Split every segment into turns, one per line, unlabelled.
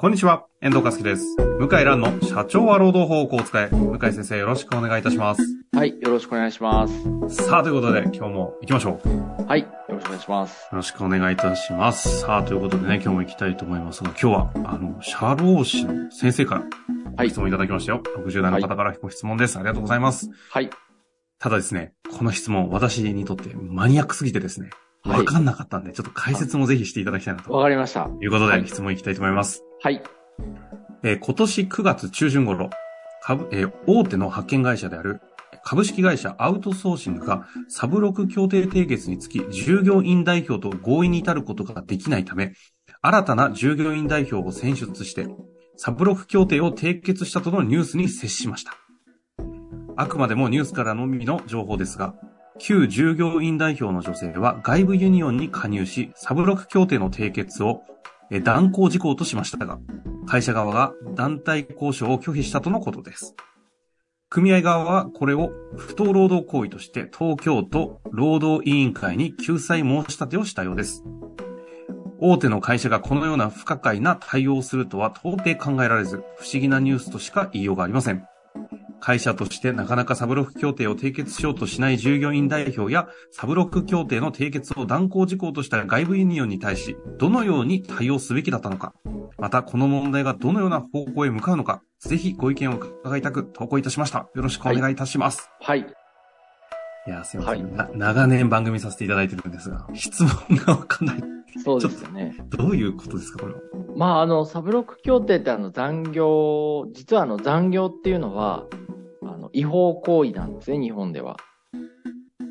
こんにちは、遠藤和樹です。向井蘭の社長は労働法をこう使え。向井先生よろしくお願いいたします。
はい、よろしくお願いします。
さあ、ということで今日も行きましょう。よ
はい、よろしくお願いします。
ろしくお願いいたします。さあ、ということでね、今日も行きたいと思いますが、今日は、あの、社労士の先生から
は
ご
い
質、問いただきましたよ。60代の方からご質問です。ありがとうございます。
はい、
ただですね、この質問、私にとってマニアックすぎてですね、
は
わ
い。
かんなかったんで、ちょっと解説もぜひしていただきたいなと
わかりました。
ということ
は
で、
い
質問いきたいと思います。
はい、
えー今年9月中旬頃、株、えー大手の派遣会社である株式会社アウトソーシングがサブロク協定締結につき従業員代表と合意に至ることができないため、新たな従業員代表を選出して、サブロク協定を締結したとのニュースに接しました。あくまでもニュースからのみの情報ですが、旧従業員代表の女性は外部ユニオンに加入し、サブロック協定の締結をえー断行事項としましたが、会社側が団体交渉を拒否したとのことです。組合側はこれを不当労働行為として東京都労働委員会に救済申し立てをしたようです。大手の会社がこのような不可解な対応をするとは到底考えられず、不思議なニュースとしか言いようがありません。会社としてなかなかサブロック協定を締結しようとしない従業員代表やサブロック協定の締結を断行事項とした外部ユニオンに対し、どのように対応すべきだったのか、またこの問題がどのような方向へ向かうのか、ぜひご意見を伺いたく投稿いたしました。よろしくお願いいたします。
はい、
い、や、すいません、な長年番組させていただいてるんですが、質問がわかんない。
そうですよね。
どういうことですか、これは。
まあ、あの、サブロック協定ってあの残業、実はあの残業っていうのは、あの、違法行為なんですね、日本では。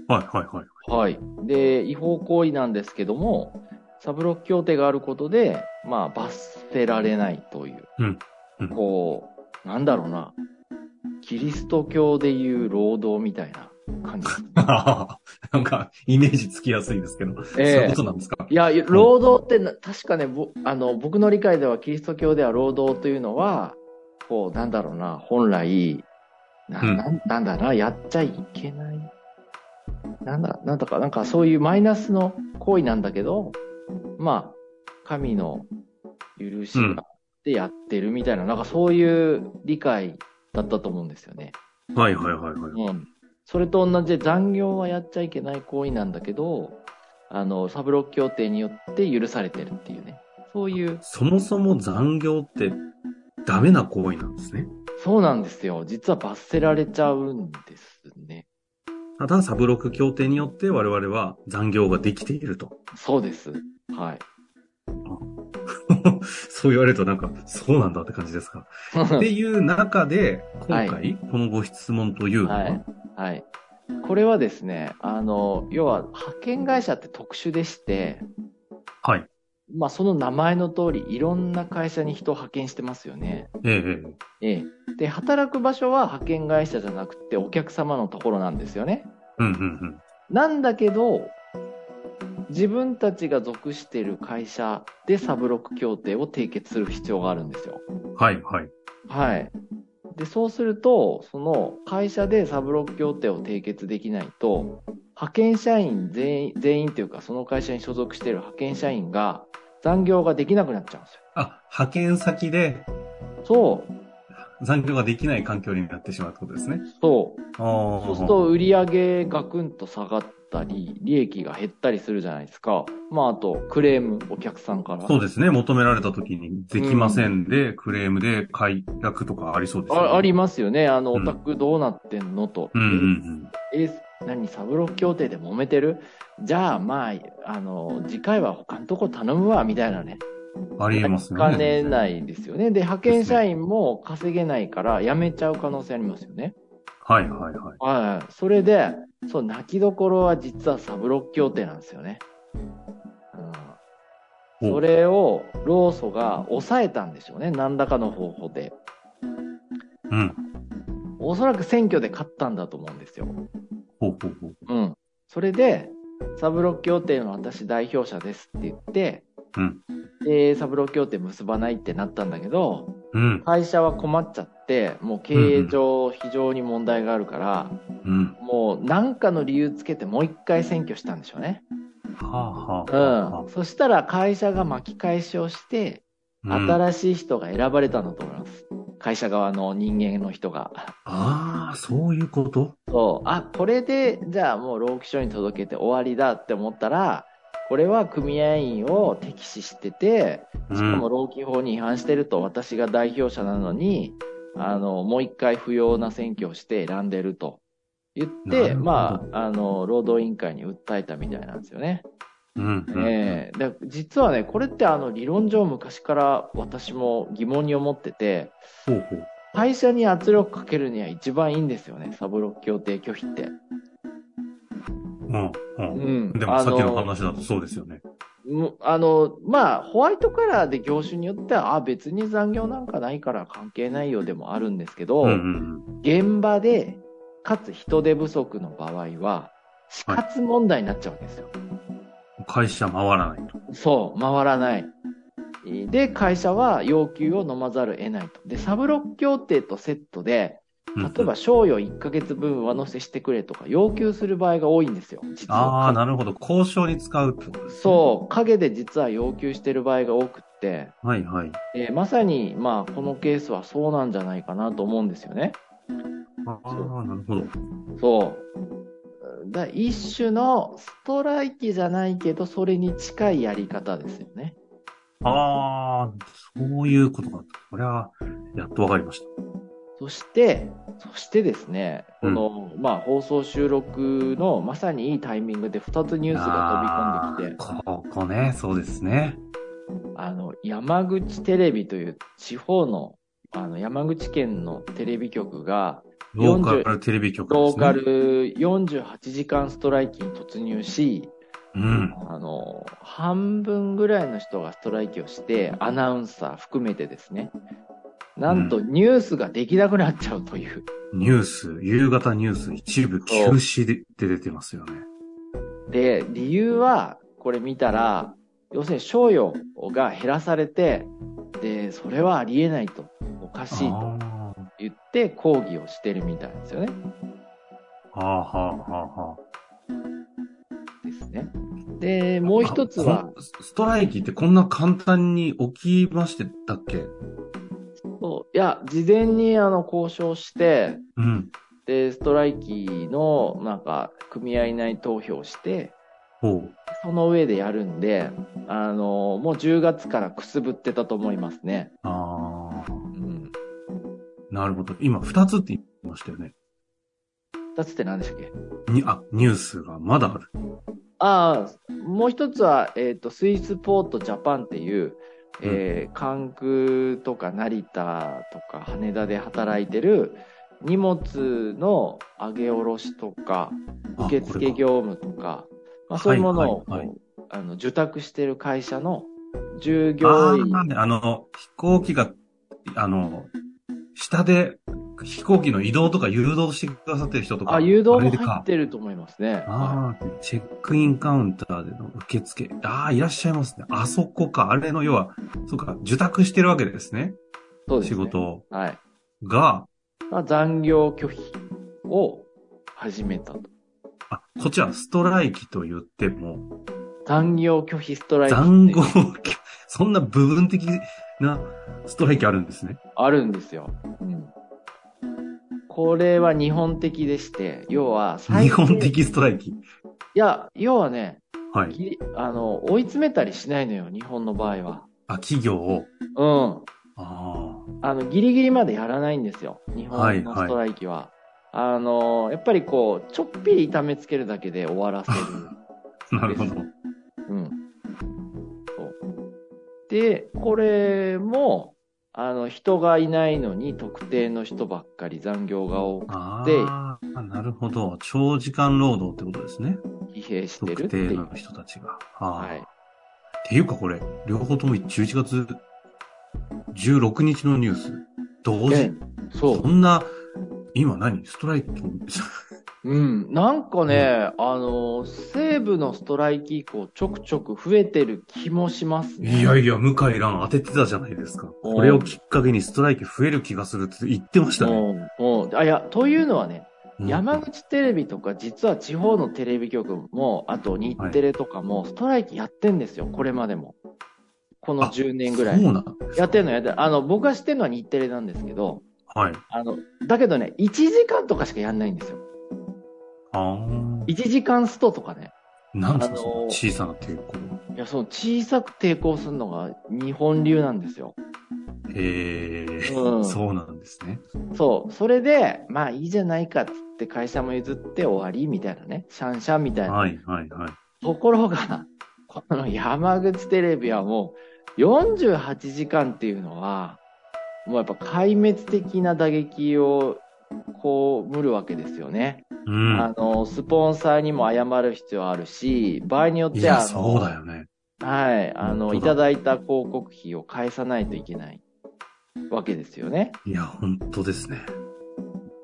はい、はい、 はい。
はい。で、違法行為なんですけども、サブロック協定があることで、まあ、罰せられないという。
うんうん
こう、なんだろうな。キリスト教でいう労働みたいな 感じ。
なんか、イメージつきやすいですけど、そう
ええ
いうことなんですか
いや、労働ってな、確かね、ぼあの、僕の理解では、キリスト教では労働というのは、こう、なんだろうな、本来、な、
うん
なんなんだな、やっちゃいけない。なんだ、なんだか、なんかそういうマイナスの行為なんだけど、まあ、神の許しがあってやってるみたいな、なんかそういう理解だったと思うんですよね。
はい、はい、はい、はい。
うん、それと同じで残業はやっちゃいけない行為なんだけどあのサブロック協定によって許されてるっていうねそういう
そもそも残業ってダメな行為なんですね。
そうなんですよ実は罰せられちゃうんですね
ただ、サブロック協定によって我々は残業ができていると。
そうですはい
そう言われるとなんか、そうなんだって感じですか。っていう中で、今回、
は
このご質問というのは、
はいはいこれはですねあの要は派遣会社って特殊でして
はい
まあその名前の通りいろんな会社に人を派遣してますよね
ええええ
ええで働く場所は派遣会社じゃなくてお客様のところなんですよね
うんうん
なんだけど、自分たちが属している会社でサブロック協定を締結する必要があるんですよ。
うん。はいはい。
はい。で、そうすると、その会社でサブロック協定を締結できないと、派遣社員全員、全員というか、その会社に所属している派遣社員が残業ができなくなっちゃうんですよ。
あ、派遣先で
そう、
残業ができない環境になってしまうってことですね。
そう。
ああ。
そうすると売り上げがくんと下がったり、利益が減ったりするじゃないですか。まあ、あと、クレーム、お客さんから。
そうですね。求められた時にできませんで、クレームで解約とかありそうです、ね。
あありますよね。あの、
う
オ
ん
タクどうなってんのと。
うんうん
えー何、サブロック協定で揉めてるじゃあ、まあ、あの、次回は他のとこ頼むわ、みたいなね。
うん。ありえます
お
よね。
金ないですよね。で、派遣社員も稼げないから辞めちゃう可能性ありますよね。
はいはいはい。
はい。それで、そう、泣きどころは実はサブロック協定なんですよね。うん、それを、労組が抑えたんでしょうね。何らかの方法で。
うん。
おそらく選挙で勝ったんだと思うんですよ。
ほうほうほう。
うん。それで、サブロック協定の私代表者ですって言って、
うん
で、サブロック協定結ばないってなったんだけど、
うん。
会社は困っちゃって、もう経営上非常に問題があるから、
うん。
もう何かの理由つけてもう一回選挙したんでしょうね。
はあはあ
う
はあはあ
ん。そしたら会社が巻き返しをして、
うん
新しい人が選ばれたんだと思います。会社側の人間の人が。
ああ、そういうこと
そう、あ、これで、じゃあもう労基署に届けて終わりだって思ったら、これは組合員を敵視してて、
う
しかも
ん。
労基法に違反してると、私が代表者なのに、あの、もう一回不要な選挙をして選んでると言っ
なる
て、
ほど
まあ、あの、労働委員会に訴えたみたいなんですよね。
うん。うん
ええで実はね、これってあの、理論上昔から私も疑問に思ってて、
ほうほう。
会社に圧力かけるには一番いいんですよね、サブロック協定拒否って。
うん。うん。
うん。
でもさっきの話だとそうですよね。
むあの、まあ、ホワイトカラーで業種によっては、あ、別に残業なんかないから関係ないよでもあるんですけど、
うんうん
現場で、かつ人手不足の場合は、死活問題になっちゃうんですよ。
うん。会社回らないと。
そう、回らない。で、会社は要求を飲まざるを得ないと。で、サブロック協定とセットで、
うんうん
例えば、賞与1ヶ月分上乗せしてくれとか要求する場合が多いんですよ。実は。
ああ、なるほど。交渉に使うってことですね。
そう、影で実は要求してる場合が多くって、
はいはい。
えーまさに、まあ、このケースはそうなんじゃないかなと思うんですよね。
ああ、なるほど。
そう。だ一種のストライキじゃないけど、それに近いやり方ですよね。
ああ、そういうことか。これは、やっとわかりまし
そして、そしてですね、この、まあ、放送収録のまさにいいタイミングで2つニュースが飛び込んできて、
た。ここね、そうですね。
あの、山口テレビという地方の、あの、山口県のテレビ局が、
ローカルテレビ局で
ロ
す
ー
ね。
カル48時間ストライキに突入し、
うん。
あの、半分ぐらいの人がストライキをして、アナウンサー含めてですね、なんとニュースができなくなっちゃうという。
ニュース、夕方ニュース一部休止でって出てますよね。
で、理由は、これ見たら、要するに賞与が減らされて、で、それはありえないと、おかしいと
あ
言って抗議をしてるみたいなんですよね。
あ、はあはあはあはあ。
ですね。で、もう一つは
あ、こんストライキってこんな簡単に起きましてたっけ
そういや、事前にあの交渉して、
うん。
で、ストライキの、なんか、組合内投票して、
ほう。
その上でやるんで、あのもう10月からくすぶってたと思いますね。
ああ、
うん。
なるほど。今、二つって言いましたよね。
だつって何でしたっけ
に、あ、ニュースがまだある。
ああ、もう一つは、えっ、と、スイスポートジャパンっていう、えー関空とか成田とか羽田で働いてる荷物の上げ下ろしとか、
あ
受
これ
付
か
業務とか、まあ、そういうものを、
はいはいは
あの受託してる会社の従
あ
業員
あ、ね、あの、飛行機が、あの、下で飛行機の移動とか誘導してくださってる人とか。
あ、誘導も
あれで
入
か
ってると思いますね。はい
ああ、チェックインカウンターでの受付。ああ、いらっしゃいますね。あそこか。あれの要は、そうか、受託してるわけですね。
そうです、
仕
ね。。
事を
はい。
が、
まあ、残業拒否を始めたと。
あ、こっちはストライキと言っても、
残業拒否ストライキって
残業、そんな部分的なストライキあるんですね。
あるんですよ。うん。これは日本的でして、要は
日
最低
本的ストライキ。
いや、要はね、
はい。
ぎあの、追い詰めたりしないのよ、日本の場合は。
あ、企業を。
うん。
あ
あの、ギリギリまでやらないんですよ。日
はい
本の
はい
ストライキは。あの、やっぱりこう、ちょっぴり痛めつけるだけで終わら せる。
あ、なるほど。
うん。そう。で、これも、あの、人がいないのに特定の人ばっかり残業が多く
ああ、なるほど。長時間労働ってことですね。
疲弊してる
特
ってい
定
う
の。人たちが。ああ
はい。
っていうかこれ、両方とも11月16日のニュース。同時
ね。そ
そんな、今何ストライキ
う。うん。なんかね、あの、西部のストライキ以降、ちょくちょく増えてる気もしますね。
いやいや、向井蘭当ててたじゃないですか。
うん
これをきっかけにストライキ増える気がするって言ってましたね。
うんうんあ、いや、というのはね、
うん
山口テレビとか、実は地方のテレビ局も、あと日テレとかも、ストライキやってんですよ、これまでも。この
あ
10年ぐら
そう
い。
なんです
やってるのやってる。あの、僕が知ってるのは日テレなんですけど、
はい。
あの、だけどね、1時間とかしかやんないんですよ。
ああ。
1時間ストとかね。
なんですか、
あのー
その小さな抵抗。
いや、その小さく抵抗するのが日本流なんですよ。
へえ、
うん
そうなんですね。
そう。それで、まあいいじゃないかっつって会社も譲って終わりみたいなね。シャンシャンみたいな。
はい、はい、はい。
ところが、この山口テレビはもう48時間っていうのは、もうやっぱ壊滅的な打撃をこう、むるわけですよね。
うん。
あの、スポンサーにも謝る必要あるし、場合によっ
い
ては、
や、
あの
そうだよね。
はい、あの、
本
い
当だ
ただいた広告費を返さないといけないわけですよね。
いや、本当ですね。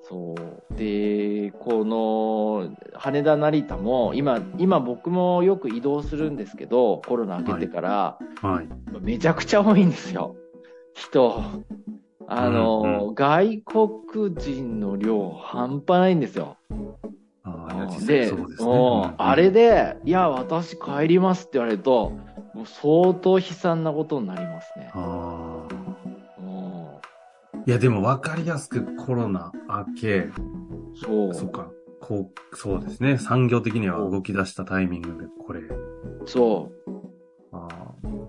そう。で、この、羽田成田も、今、今僕もよく移動するんですけど、コロナ明けてから、
はい。
めちゃくちゃ多いんですよ。人。あの、
うん
外国人の量半端ないんですよ。
ああ、いや、実際
で、
そうですね。
もう
うん
あれで、いや、私帰りますって言われると、もう相当悲惨なことになりますね。
ああ。
うん
いや、でも分かりやすくコロナ明け、
そう。
そ
そ
っか、こう、そうですね。産業的には動き出したタイミングで、これ。
う。
あ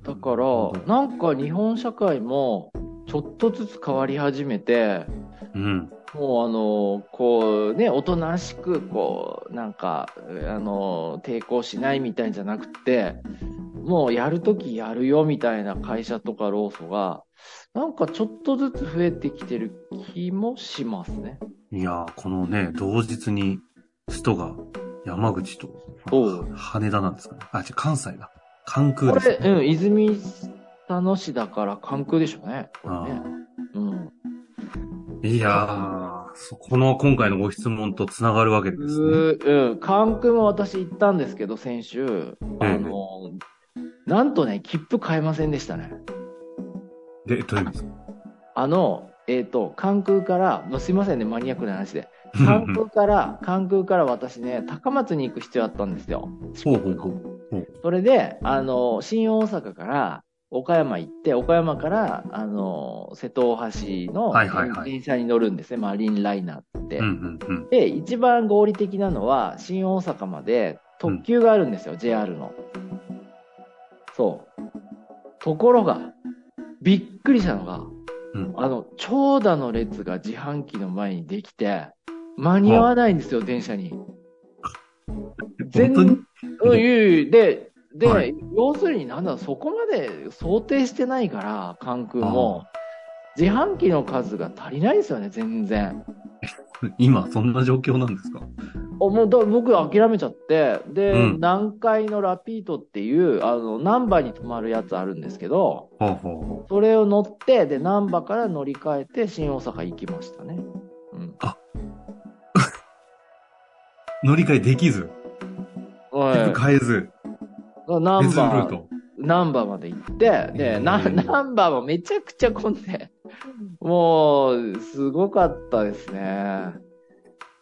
だか
う
ら、
ん
なんか日本社会も、ちょっとずつ変わり始めて、
あ。うん。
もうあの、こうね、おとなしく、こう、なんか、あの、抵抗しないみたいじゃなくて、もうやるときやるよみたいな会社とか労組が、なんかちょっとずつ増えてきてる気もしますね。
いや、このね、同日に、首都が山口と
そう、
羽田なんですかね。あ、違う、関西だ。関空
こ
です、
れ
ね。、
うん、泉佐野市だから関空でしょうね。これね
あ。
うん。
あいやー、そこの今回のご質問とつながるわけですね。
うーうん、関空も私行ったんですけど、先週、あの、なんとね、切符買えませんでしたね。
で、どういう意味ですか
あの、えっ、と、関空から、まあ、すいませんね、マニアックな話で。関空から、関空から私ね、高松に行く必要あったんですよ。
ほうほうほう。
それで、あの、新大阪から、岡山行って、岡山から、あの、瀬戸大橋の
はいはいはい
電車に乗るんですね、マリンライナーって。
うんうんうん。
で、一番合理的なのは、新大阪まで特急があるんですよ、JR の。そう。ところが、びっくりしたのが、
うん
あの、長蛇の列が自販機の前にできて、間に合わないんですよ、電車 に。
本当に
うん、いえいえで、で、
はい
要するになんだろう、そこまで想定してないから、関空も。自販機の数が足りないですよね、全然。
今、そんな状況なんですか
あもうだ僕諦めちゃって、で、
うん
南海のラピートっていう、あの、難波に泊まるやつあるんですけど、
ほうほうほう。
それを乗って、で、難波から乗り換えて、新大阪行きましたね。うん。
乗り換えできず、切符
は
変えず、
い。難
別のルー
波、
ト。
難波まで行って、
へ
で、
ー
な、難波もめちゃくちゃ混んで、もう、すごかったですね。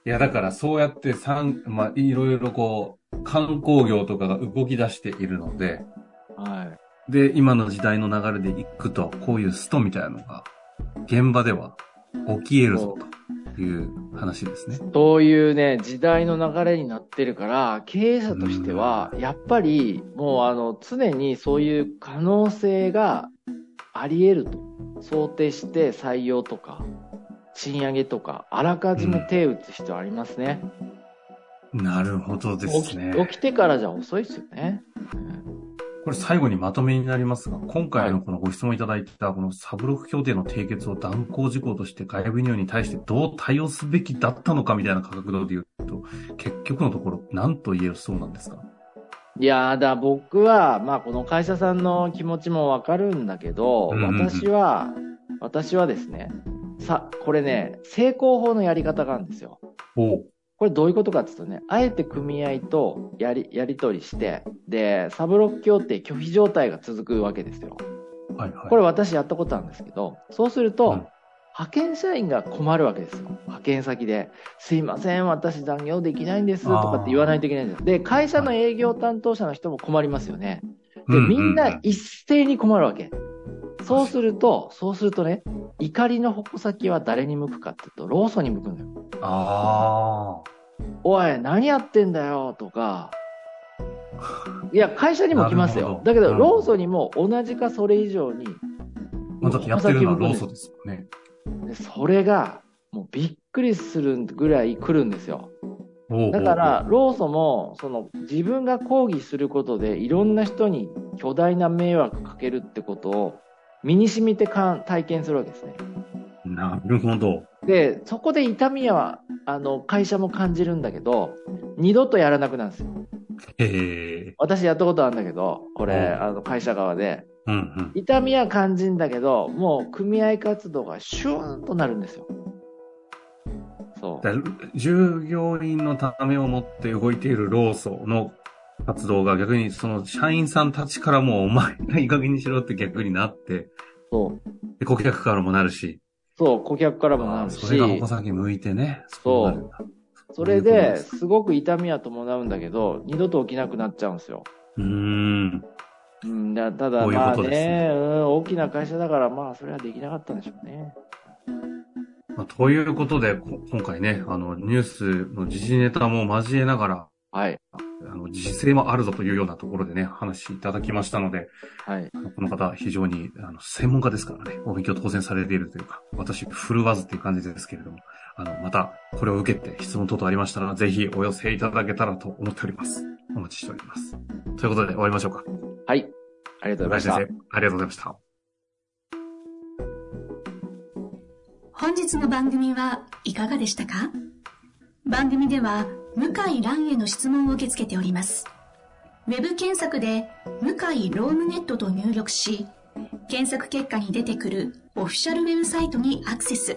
いや、だからそうやって三、まあ、いろいろこう、観光業とかが動き出しているので、
はい。
で、今の時代の流れで行くと、こういうストみたいなのが、現場では起き得るぞという話ですね。
そういうね、時代の流れになってるから、経営者としては、やっぱり、もうあの、常にそういう可能性があり得ると。想定して採用とか、賃上げとか、あらかじめ手打つ必要ありますね。
なるほどで
起
す
き
ね。
起きてからじゃ遅いですよね。
これ最後にまとめになりますが、今回のこのご質問いただいたこのサブロック協定の締結を断行事項として外部入に対してどう対応すべきだったのかみたいな角度で言うと、結局のところ何と言えるそうなんですか
いやーだ、僕は、まあ、この会社さんの気持ちもわかるんだけど、
うんうんうん
私は、私はですね、さ、これね、成功法のやり方があるんですよ。
おう。
これどういうことかっていうとね、あえて組合とやり、やり取りして、で、サブロック協定拒否状態が続くわけですよ。
はいはい。
これ私やったことあるんですけど、そうすると、
うん
派遣社員が困るわけですよ。派遣先で、すいません、私残業できないんですとかって言わないといけないんです。で、会社の営業担当者の人も困りますよね。
う
で、
ん
みん
う
なん一斉に困るわけ。そうすると、そうするとね、怒りの矛先は誰に向くかっていうと、ローソンに向くんだよ。
あ
おい、何やってんだよとか、いや、会社にも来ます
なるほ
よ。
ど
だけど、
うん
ローソンにも同じかそれ以上に、
ー、まあ、だってやってるのはローソンですもんね。
でそれが、もうびっくりするぐらい来るんですよ。
おうおうおう
だから、、ローソも、その、自分が抗議することで、いろんな人に巨大な迷惑かけるってことを、身に染みてかん体験するわけですね。
なるほど。
で、そこで痛みは、あの、会社も感じるんだけど、二度とやらなくなるんですよ。
へえ。
私やったことあるんだけど、これ、
うん
あの、会社側で。
うんうん。
痛みは感じんだけど、もう組合活動がシューンとなるんですよ。そう。
だ従業員のためを持って動いているローソンの活動が逆にその社員さんたちからもお前がいい加減にしろって逆になって、
そう。
で顧客からもなるし、
そう、顧客からもな
あー
るし。
それが矛先向いてね。
そう
うなるんだ。
それ
そういうこと
で、
です
すごく痛みは伴うんだけど、二度と起きなくなっちゃうんですよ。
うーん。
うん、だただ
こういう
まあ
ことです
ね
ね
うん、大きな会社だから、まあ、それはできなかったんでしょうね。
まあ、ということで、こ今回ね、あの、ニュースの時事ネタも交えながら、
はい。
あの、時事性もあるぞというようなところでね、話いただきましたので、
はい。
あのこの方、非常に、あの、専門家ですからね、お勉強当然されているというか、私、振るわずっていう感じですけれども、あの、また、これを受けて質問等々ありましたら、ぜひお寄せいただけたらと思っております。お待ちしております。ということで、終わりましょうか。
はい。ありがとうございま
高橋先
した
生。、ありがとうございました。
本日の番組はいかがでしたか番組では向井蘭への質問を受け付けておりますウェブ検索で「向井ロームネット」と入力し検索結果に出てくるオフィシャルウェブサイトにアクセス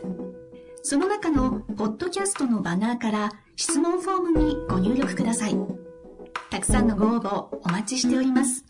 その中のポッドキャストのバナーから質問フォームにご入力くださいたくさんのご応募お待ちしております